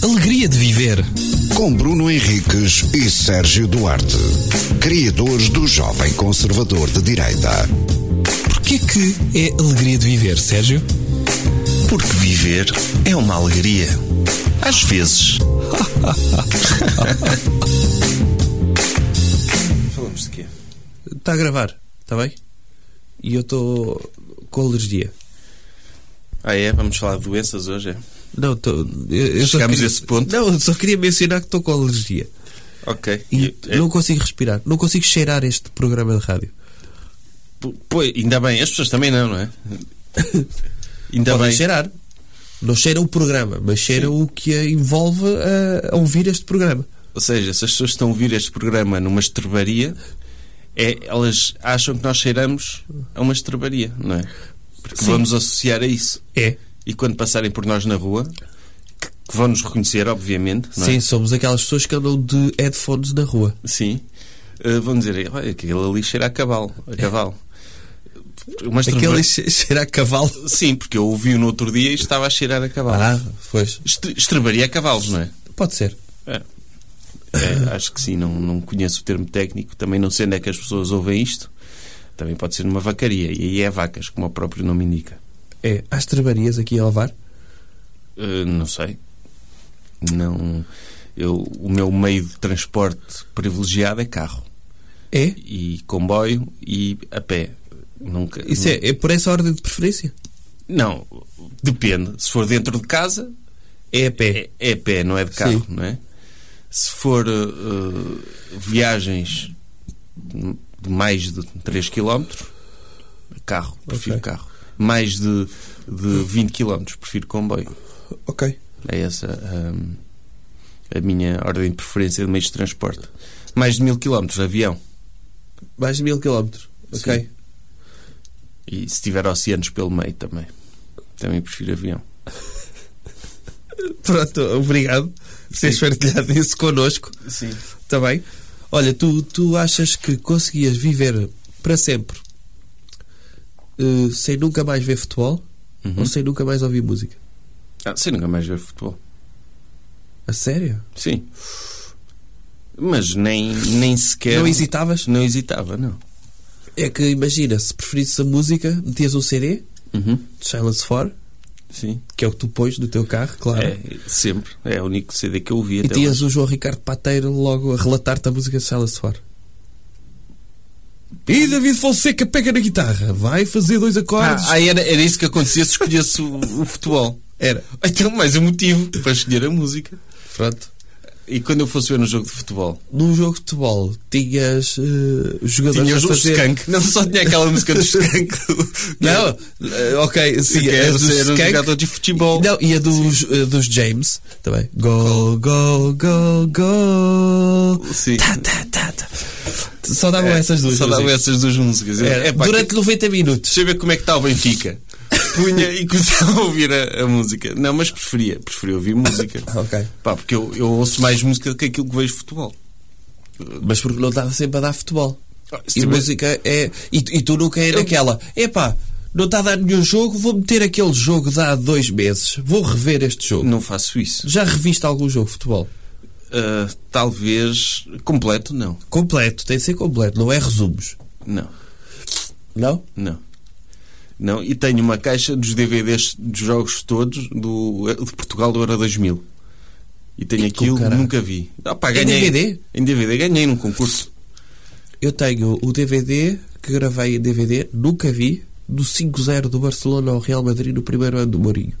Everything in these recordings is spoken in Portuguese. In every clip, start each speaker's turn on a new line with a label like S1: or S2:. S1: gostaria de viver.
S2: Com Bruno Henriques e Sérgio Duarte, criadores do Jovem Conservador de Direita.
S1: Porquê que é alegria de viver, Sérgio?
S3: Porque viver é uma alegria. Às vezes.
S4: Falamos de quê? Está a gravar, está bem? E eu estou com alergia.
S3: Ah, é? Vamos falar de doenças hoje? é?
S4: Não, tô, eu, eu só
S3: Chegámos
S4: queria-
S3: a esse ponto?
S4: Não, eu só queria mencionar que estou com alergia.
S3: Ok.
S4: E
S3: É,
S4: não consigo respirar, não consigo cheirar este programa de rádio.
S3: p- Pois, ainda bem, as pessoas também não, não é? Ainda
S4: Podem
S3: bem.
S4: cheirar. Não cheira o programa, mas cheira o que a envolve a, a ouvir este programa.
S3: Ou seja, se as pessoas estão a ouvir este programa numa estrebaria, é, elas acham que nós cheiramos a uma estrebaria, não é? Porque
S4: Sim.
S3: vamos associar a isso.
S4: É.
S3: E quando passarem por nós na rua, que, que vão nos reconhecer, obviamente, não é?
S4: Sim, somos aquelas pessoas que andam de headphones na rua.
S3: Sim. Uh, vão dizer, olha, aquele ali cheira a cavalo. A cavalo. Uma estrebaria-
S4: Aquele che- cheira a cavalo.
S3: Sim, porque eu ouvi-o no outro dia e estava a cheirar a cavalo.
S4: Ah, pois.
S3: Estre- Estrebaria a cavalos, não é?
S4: Pode ser.
S3: É, acho que sim, não, não conheço o termo técnico, também não sei onde é que as pessoas ouvem isto. Também pode ser numa vacaria, e aí é vacas, como o próprio nome indica.
S4: É. Há estrebarias aqui a levar?
S3: Eh, não sei. Não. Eu, o meu meio de transporte privilegiado é carro.
S4: É.
S3: E comboio e a pé. Nunca.
S4: Isso é, é por essa ordem de preferência?
S3: Não, depende. Se for dentro de casa,
S4: É a pé.
S3: é, é a pé, não é de carro,
S4: Sim.
S3: não é? Se for eh, eh, viagens de mais de 3 km, carro, prefiro
S4: Ok.
S3: carro. Mais de, de 20 km, prefiro comboio.
S4: Ok.
S3: É essa hum, a minha ordem de preferência de meios de transporte. Mais de 1000 km, avião.
S4: Mais de mil quilómetros. Ok.
S3: Sim. E se tiver oceanos pelo meio também. Também prefiro avião.
S4: Pronto, obrigado por teres partilhado isso connosco.
S3: Sim.
S4: Está bem? Olha, tu, tu achas que conseguias viver para sempre eh, sem nunca mais ver futebol ou sem nunca mais ouvir música?
S3: Uhum. Ah, sem nunca mais ver futebol.
S4: A sério?
S3: Sim. Mas nem, nem sequer.
S4: Não hesitavas?
S3: Não hesitava, não.
S4: um- É que imagina, se preferisses a música, metias um CD
S3: Uhum.
S4: de Silence 4,
S3: Sim.
S4: que é o que tu pões no teu carro, claro.
S3: É, sempre. É o único CD que eu ouvi
S4: E
S3: até
S4: tinhas
S3: hoje.
S4: o João Ricardo Pateiro logo a relatar-te a música de Silas Fora. E David Fonseca pega na guitarra, vai fazer dois acordes.
S3: Ah, ah, era, era isso que acontecia se escolhesse o, o futebol.
S4: Era.
S3: Então, mais um motivo para escolher a música.
S4: Pronto.
S3: E quando eu fosse ver no jogo de futebol,
S4: Num jogo de futebol, tinhas eh, jogadores
S3: tinha
S4: a
S3: os os
S4: fazer...
S3: Skank. Não só tinha aquela música do Skank.
S4: Não, eh, ok, sim,
S3: Que
S4: a
S3: era,
S4: do
S3: era um
S4: Skank.
S3: jogador de futebol.
S4: Não, e a dos, eh, dos James também. Go, go, go, go.
S3: Sim.
S4: Tá, tá, tá, tá. É, Só davam essas duas.
S3: Só dava
S4: músicas.
S3: essas duas músicas.
S4: Era,
S3: É, pá,
S4: durante 90 minutos.
S3: Deixa eu ver como é que está o Benfica. Punha e começava a ouvir a, a música. Não, mas preferia. Preferia ouvir música.
S4: Ok.
S3: Pá, porque eu, eu ouço mais música do que aquilo que vejo futebol.
S4: Mas porque não estava sempre a dar futebol.
S3: Ah, se
S4: E
S3: tiver-
S4: música é. E, tu- e tu nunca era
S3: Eu-
S4: aquela. Epá, não está a dar nenhum jogo, vou meter aquele jogo de há dois meses. Vou rever este jogo.
S3: Não faço isso.
S4: Já reviste algum jogo de futebol?
S3: Ah, talvez... Completo, não.
S4: Completo, tem de ser completo, não é resumos.
S3: Não.
S4: Não?
S3: Não. Não. E tenho uma caixa dos DVDs dos jogos todos do, de Portugal do Euro 2000. E tenho
S4: E com
S3: aquilo,
S4: caralho.
S3: nunca vi. Ah, pá,
S4: Em
S3: ganhei,
S4: DVD?
S3: Em DVD. Ganhei num concurso.
S4: Eu tenho o DVD que gravei em DVD, nunca vi, do 5-0 do Barcelona ao Real Madrid no primeiro ano do Mourinho.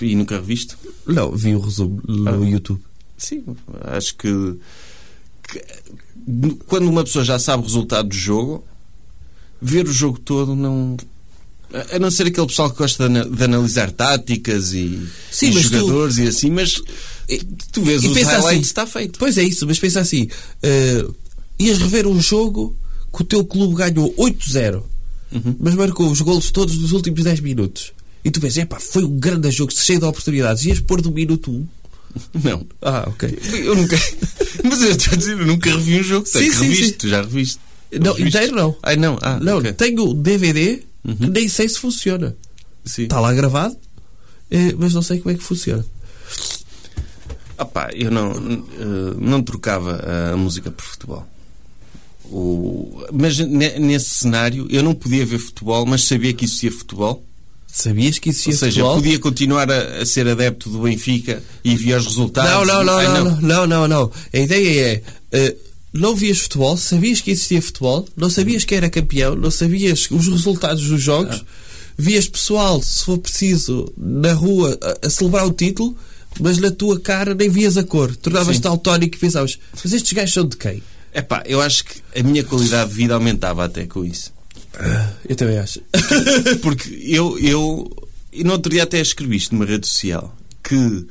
S3: E nunca reviste.
S4: Não, vi o resumo no YouTube.
S3: Sim, acho que, que- quando uma pessoa já sabe o resultado do jogo, ver o jogo todo não. A- A não ser aquele pessoal que gosta de, ana- de analisar táticas e,
S4: Sim,
S3: e
S4: mas tu-
S3: jogadores e assim, mas tu, tu vês
S4: e
S3: os
S4: pensa
S3: highlights,
S4: assim-
S3: está feito.
S4: Pois é isso, mas pensa assim: eh, ias rever um jogo que o teu clube ganhou 8-0,
S3: Uhum.
S4: mas marcou os golos todos nos últimos 10 minutos. E tu pensas, epá, foi um grande jogo, cheio de oportunidades. Ias pôr do minuto 1.
S3: Não.
S4: Ah, ok.
S3: Eu nunca. Mas eu estou a dizer, eu nunca revi um jogo. Sei
S4: Sim,
S3: que
S4: sim,
S3: reviste,
S4: sim.
S3: tu já reviste.
S4: Não,
S3: Reviste.
S4: inteiro não.
S3: Ai, não. Ah,
S4: não,
S3: ok. Uhum.
S4: tenho DVD que nem sei se funciona. Tá
S3: Sim.
S4: Está lá gravado, eh, mas não sei como é que funciona.
S3: Ah pá, eu não, eh, não trocava a música por futebol. O- mas ne- nesse cenário eu não podia ver futebol, mas sabia que isso ia futebol.
S4: Sabias que isso
S3: Ou
S4: ia
S3: seja,
S4: futebol?
S3: podia continuar a, a ser adepto do Benfica e via os resultados.
S4: Não, não, não,
S3: Ai,
S4: Tá, não, não, não, não, não. A ideia é. uh, não vias futebol, sabias que existia futebol, não sabias quem era campeão, não sabias os resultados dos jogos, vias pessoal, se for preciso, na rua a, a celebrar o título, mas na tua cara nem vias a cor. Tornavas-te autónico e pensavas, mas estes gajos são de quem?
S3: Epá, eu acho que a minha qualidade de vida aumentava até com isso.
S4: Eu também acho.
S3: Porque eu, eu, e no outro dia até escreviste numa rede social que.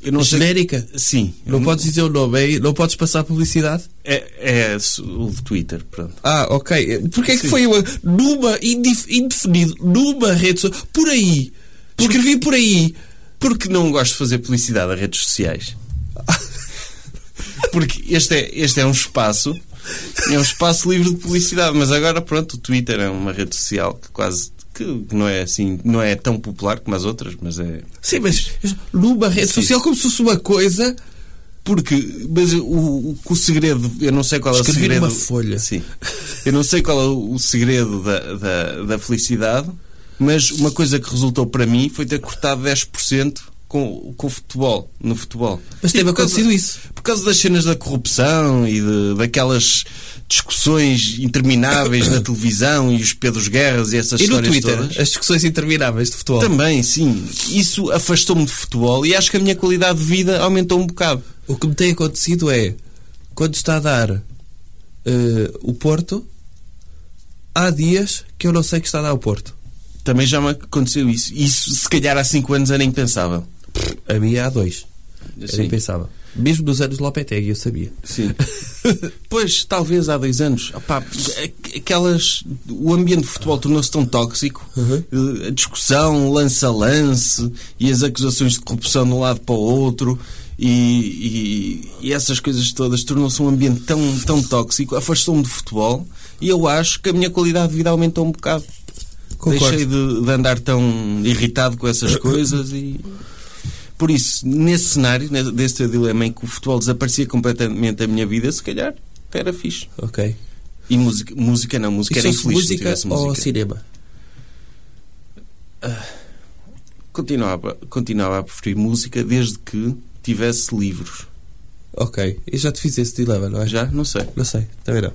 S3: Eu não sei-
S4: Genérica?
S3: Sim.
S4: Não podes dizer o nome, é- não podes passar publicidade?
S3: É, é su- o Twitter, pronto.
S4: Ah, ok. Porquê é que
S3: Sim.
S4: foi uma, numa, indif- indefinido, numa rede social, por aí, escrevi por aí.
S3: Porque não gosto de fazer publicidade a redes sociais. Porque este é, este é um espaço. É um espaço livre de publicidade. Mas agora, pronto, o Twitter é uma rede social que quase. que não é assim. não é tão popular como as outras, mas é.
S4: Sim, mas numa rede
S3: Sim.
S4: social como se fosse uma coisa.
S3: Porque, mas o, o, o segredo, eu não sei qual é
S4: Escrevi
S3: o segredo.
S4: numa folha.
S3: Sim. Eu não sei qual é o o segredo da, da, da felicidade, mas uma coisa que resultou para mim foi ter cortado 10% com, com o futebol, no futebol.
S4: Mas
S3: E
S4: teve
S3: por causa-
S4: acontecido isso.
S3: Por causa das cenas da corrupção e de- daquelas discussões intermináveis na televisão e os Pedros Guerras e essas
S4: E no
S3: histórias
S4: Twitter, É
S3: todas. Então,
S4: as discussões intermináveis de futebol.
S3: Também, sim. Isso afastou-me de futebol e acho que a minha qualidade de vida aumentou um bocado.
S4: O que me tem acontecido é quando está a dar eh, o Porto, há dias que eu não sei que está a dar o Porto.
S3: Também já me aconteceu isso. Isso, se calhar, há 5 anos era impensável.
S4: A mim há dois. Era
S3: Sim.
S4: impensável. Mesmo nos anos de Lopetegui, eu sabia.
S3: Sim. pois, talvez há 10 anos. Opá, aqu- aquelas. O ambiente de futebol tornou-se tão tóxico. Eh, A discussão, o lança-lance e as acusações de corrupção de um lado para o outro. E, e- e essas coisas todas tornou-se um ambiente tão, tão tóxico, afastou-me do futebol e eu acho que a minha qualidade de vida aumentou um bocado.
S4: Concordo.
S3: Deixei de, de andar tão irritado com essas coisas e. Por isso, nesse cenário, ne- desse teu dilema em que o futebol desaparecia completamente da minha vida, se calhar até era fixe.
S4: Ok.
S3: E música, música não, música era
S4: Isso fosse
S3: infeliz se
S4: música
S3: tivesse
S4: ou
S3: música.
S4: cinema?
S3: Continuava, continuava a preferir música desde que tivesse livros.
S4: Ok. Eu já te fiz esse dilema, não é?
S3: Já? Não sei.
S4: Não sei, também não.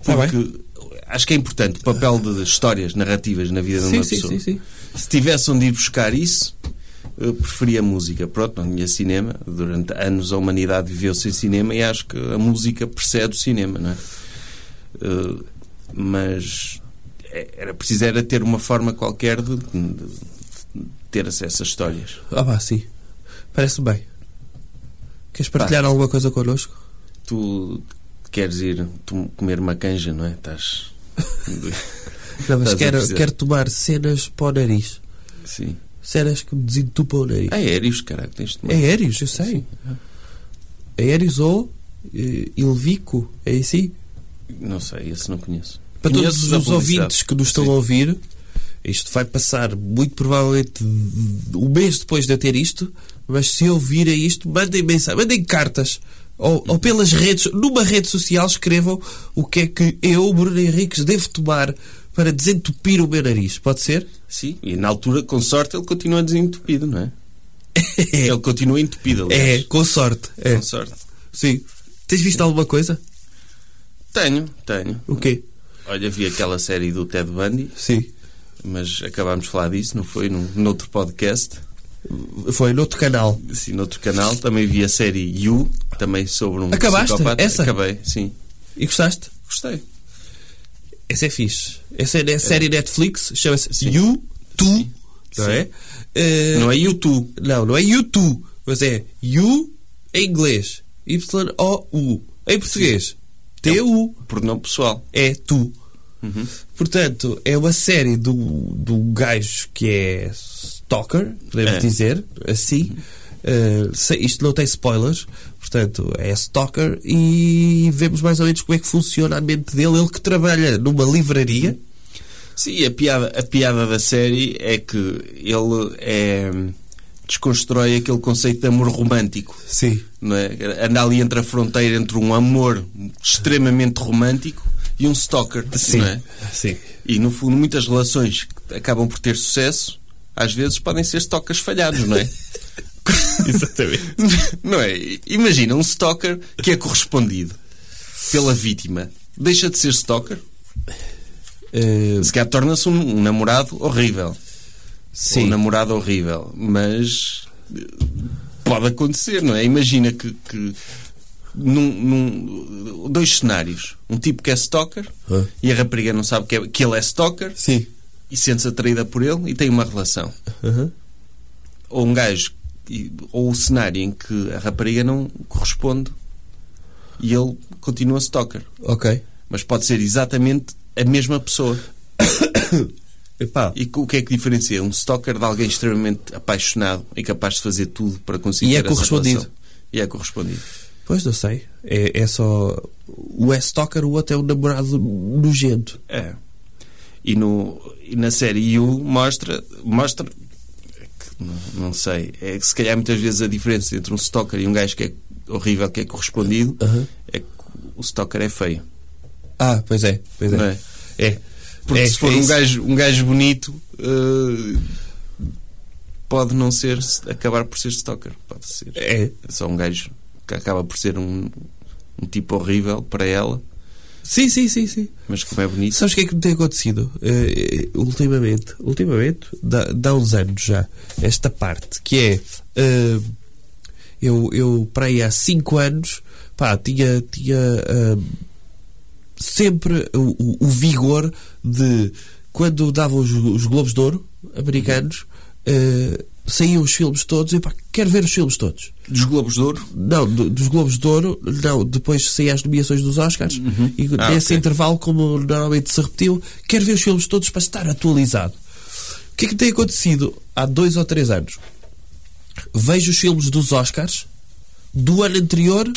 S4: Está Tá bem?
S3: Porque acho que é importante o papel de histórias narrativas na vida de
S4: Sim,
S3: uma
S4: sim,
S3: pessoa.
S4: sim, sim.
S3: Se tivesse onde ir buscar isso, eu preferia a música. Pronto, não tinha cinema. Durante anos a humanidade viveu sem cinema e acho que a música precede o cinema, não é? Eh, mas é- era preciso era ter uma forma qualquer de, de- de ter acesso a histórias.
S4: Ah, pá, sim. Parece-me bem. Queres partilhar alguma coisa connosco?
S3: Tu queres ir tu- comer uma canja, não é? Estás.
S4: Não, mas
S3: Estás a
S4: quero,
S3: dizer.
S4: quero tomar cenas para o nariz.
S3: Sim.
S4: Cenas que me desentupam o nariz.
S3: Aéreos, caraca, tens de tomar.
S4: É Aéreos, eu sei. Aéreos ou eh, Ilvico, é assim?
S3: Não sei, esse não conheço.
S4: Para
S3: Conheço
S4: todos
S3: da
S4: os
S3: publicidade.
S4: ouvintes que nos estão a ouvir, isto vai passar muito provavelmente um mês depois de eu ter isto, mas se ouvirem isto, mandem mensagem, mandem cartas. Ou, ou pelas redes, numa rede social, escrevam o que é que eu, Bruno Henriques, devo tomar para desentupir o meu nariz. Pode ser?
S3: Sim, e na altura, com sorte, ele continua desentupido, não é? Ele continua entupido,
S4: É,
S3: aliás.
S4: com sorte. É.
S3: um Com sorte.
S4: Sim. Tens visto alguma coisa?
S3: Tenho, tenho.
S4: O quê?
S3: Olha, vi aquela série do Ted Bundy,
S4: Sim.
S3: mas acabámos de falar disso, não foi? Num, noutro podcast,
S4: Foi noutro canal.
S3: assim, noutro canal. Também vi a série You, também sobre um
S4: Acabaste?
S3: psicopata.
S4: Essa?
S3: Acabei, sim.
S4: E gostaste?
S3: Gostei.
S4: Essa é fixe. Essa é a série Netflix, chama-se You Tu. Não é? Eh,
S3: Não é YouTube.
S4: Não, não é You Tu, mas é You em inglês. Y-O-U. Em português,
S3: É
S4: T-U.
S3: Pronome um pessoal.
S4: É Tu. Uhum. Portanto, é uma série do, do gajo que é stalker, podemos
S3: É.
S4: dizer, assim. Eh, se- isto não tem spoilers, portanto, é stalker e vemos mais ou menos como é que funciona a mente dele. Ele que trabalha numa livraria.
S3: Sim, a piada, a piada da série é que ele é desconstrói aquele conceito de amor romântico.
S4: Sim.
S3: Não é? Anda ali entre a fronteira entre um amor extremamente romântico e um stalker.
S4: Sim.
S3: Não é?
S4: Sim.
S3: E no fundo, muitas relações que acabam por ter sucesso, às vezes podem ser stalkers falhados, não é?
S4: Exatamente.
S3: não é? Imagina um stalker que é correspondido pela vítima. Deixa de ser stalker?
S4: Eh,
S3: Se calhar torna-se um, um namorado horrível.
S4: sim.
S3: Um namorado horrível. Mas eh, pode acontecer, não é? Imagina que, que num- num- dois cenários. Um tipo que é stalker
S4: Hã?
S3: e a rapariga não sabe que, é- que ele é stalker
S4: Sim.
S3: e sente-se atraída por ele e tem uma relação.
S4: Aham.
S3: Ou um gajo, e- ou o cenário em que a rapariga não corresponde e ele continua stalker.
S4: Ok.
S3: Mas pode ser exatamente a mesma pessoa.
S4: Epá.
S3: E o que é que diferencia um stalker de alguém extremamente apaixonado e capaz de fazer tudo para conseguir
S4: E é
S3: ter essa
S4: correspondido.
S3: relação? E é correspondido.
S4: Pois não sei. É, é só. O é stalker, o outro é um namorado nojento.
S3: É. E, no, e na série You mostra, mostra que, não, não sei, é que se calhar muitas vezes a diferença entre um stalker e um gajo que é horrível, que é correspondido,
S4: Aham.
S3: é que o stalker é feio.
S4: Ah, pois é. Pois
S3: Não
S4: é.
S3: é?
S4: É.
S3: Porque
S4: É,
S3: se for
S4: é
S3: um,
S4: isso.
S3: gajo, um gajo bonito, eh, pode não ser, acabar por ser stalker. Pode ser.
S4: É.
S3: É só um gajo que acaba por ser um, um tipo horrível para ela,
S4: Sim, sim, sim, sim.
S3: mas como é bonito.
S4: Sabes o que é que me tem acontecido eh, eh, ultimamente? Ultimamente, dá, dá uns anos já, esta parte, que é. eh, eu, eu, para aí há 5 anos, pá, tinha, tinha eh, sempre o, o- o vigor de. Quando davam os, os Globos de Ouro americanos, eh, saíam os filmes todos, e pá, quero ver os filmes todos.
S3: Dos Globos de Ouro,
S4: Não, do- dos Globos de Ouro, não, depois saía as nomeações dos Oscars e
S3: Ah,
S4: nesse
S3: ok.
S4: intervalo, como normalmente se repetiu, quero ver os filmes todos para estar atualizado. O que é que tem acontecido há dois ou três anos? Vejo os filmes dos Oscars do ano anterior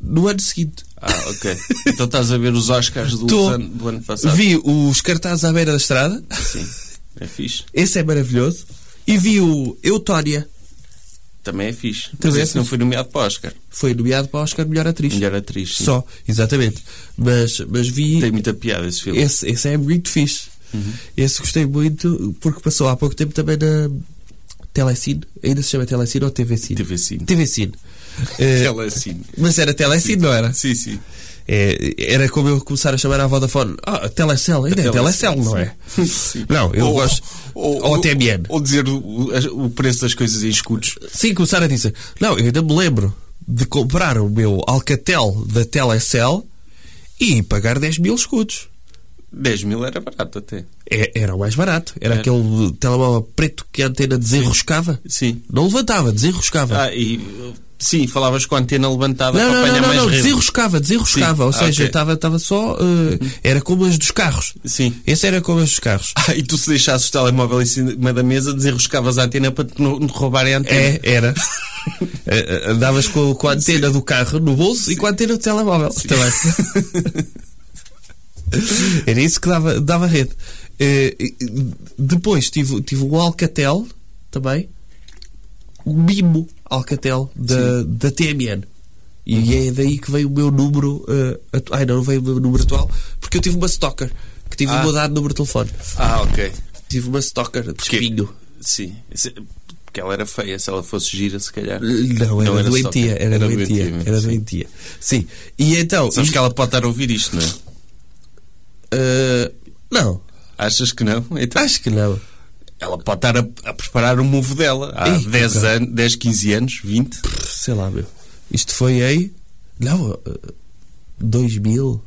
S4: no ano seguinte.
S3: Ah, ok. Então estás a ver os Oscars do,
S4: Tô.
S3: ano, do ano passado.
S4: Vi os cartazes à beira da estrada,
S3: Sim. É fixe.
S4: esse é maravilhoso, e vi o Eutónia,
S3: Também é fixe.
S4: Também
S3: Mas
S4: é
S3: esse não
S4: fixe.
S3: foi nomeado para Oscar.
S4: foi nomeado para Oscar Melhor Atriz.
S3: Melhor atriz. sim.
S4: Só, exatamente. Mas, mas vi.
S3: Tem muita piada esse filme.
S4: Esse, esse é muito fixe. Esse gostei muito porque passou há pouco tempo também na Telecine. Ainda se chama Telecine ou TV Cine?
S3: TV Cine.
S4: TV Cine. Eh,
S3: assim. Ela é assim.
S4: mas era Telecine, não era?
S3: Sim, sim.
S4: É, era como eu começar a chamar a Vodafone. Ah, Telecel. Ainda é
S3: Telecel,
S4: Telecel, não é?
S3: assim. Sim.
S4: Não, eu
S3: Ou-
S4: gosto. Ou, TMN.
S3: Ou dizer o, as- o preço das coisas em escudos.
S4: Sim, começar a dizer. Não, eu ainda me lembro de comprar o meu Alcatel da Telecel e pagar 10 mil escudos.
S3: 10 mil era barato até.
S4: É- era o mais barato. Era aquele telemóvel preto que a antena desenroscava.
S3: Sim.
S4: Não levantava, desenroscava.
S3: Ah, e uh, sim, falavas com a antena levantada
S4: não,
S3: para
S4: não,
S3: apanhar
S4: não, não,
S3: mais
S4: não,
S3: rede.
S4: desenroscava, desenroscava.
S3: Sim.
S4: Ou
S3: Ah,
S4: seja,
S3: ok.
S4: estava estava só. uh, era como as dos carros.
S3: Sim.
S4: Esse era como as dos carros.
S3: Ah, e tu se deixasses o telemóvel em cima da mesa, desenroscavas a antena para te não, não roubarem a antena.
S4: É, era. Eh, Andavas com, com a antena do carro no bolso e com a antena do telemóvel também. era isso que dava, dava rede. Eh, e- e depois tive, tive o Alcatel também. O mimo Alcatel da, da TMN. E
S3: Uhum.
S4: é daí que veio o meu número. eh, atu- Ai não, não veio o meu número atual. Porque eu tive uma stalker. Que tive
S3: Ah.
S4: ah. mudado de número de telefone.
S3: Ah, ok.
S4: Tive uma stalker de espinho.
S3: Sim. Se- Porque ela era feia, se ela fosse gira, se calhar.
S4: Não, era, doentia,
S3: stalker.
S4: era, doentia,
S3: mesmo,
S4: era
S3: sim.
S4: doentia. Sim. E então.
S3: Sabes
S4: e-
S3: que ela pode estar a ouvir isto, não é?
S4: Ah, não,
S3: Achas que não? Então,
S4: acho que não.
S3: Ela pode estar a, a preparar o move dela há
S4: Ei,
S3: 10,
S4: cara.
S3: anos, 10, 15 anos, 20.
S4: Sei lá, meu. Isto foi em. Não, ah, 2000.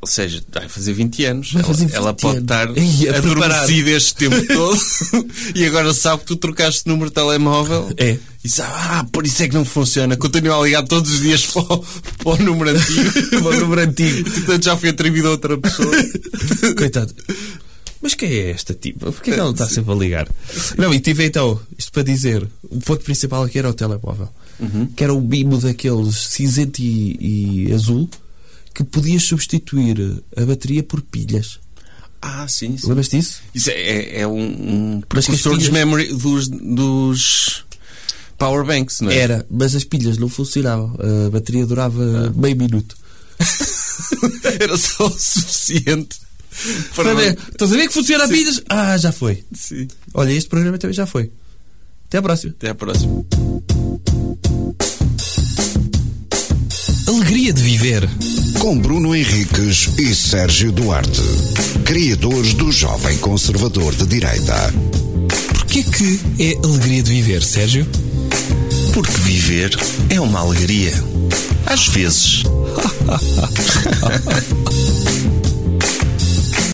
S3: Ou seja, vai fazer 20 anos.
S4: Vai
S3: ela
S4: fazer
S3: ela
S4: 20
S3: pode
S4: anos.
S3: estar
S4: Ei, a
S3: adormecida este tempo todo e agora sabe que tu trocaste o número de telemóvel.
S4: É.
S3: E sabe, ah, por isso é que não funciona. Continua a ligar todos os dias para o, para o número antigo.
S4: Para o número antigo.
S3: E, portanto, já foi atribuído a outra pessoa.
S4: Coitado. Mas quem é esta tipo? Porquê que ela está sempre a ligar? Não, e tive então, isto para dizer, o ponto principal aqui era o telemóvel.
S3: Uhum.
S4: Que era um bimbo daqueles cinzento e, e azul que podias substituir a bateria por pilhas.
S3: Ah, sim, sim.
S4: Lembras disso?
S3: Isso é, é, é um, um
S4: Mas que
S3: precursor dos,
S4: tinhas-
S3: memory, dos, dos power banks, não é?
S4: Era, mas as pilhas não funcionavam. A bateria durava
S1: Ah.
S4: meio minuto.
S3: Era só o suficiente para...
S4: Sabe- Estás a ver que funciona a pilhas? Ah, já foi.
S3: Sim.
S4: Olha, este programa também já foi. Até à próxima.
S3: Até à próxima.
S1: Alegria de viver.
S2: Com Bruno Henriques e Sérgio Duarte, criadores do Jovem Conservador de Direita.
S1: Porquê que é alegria de viver, Sérgio?
S5: Porque viver é uma alegria. Às vezes.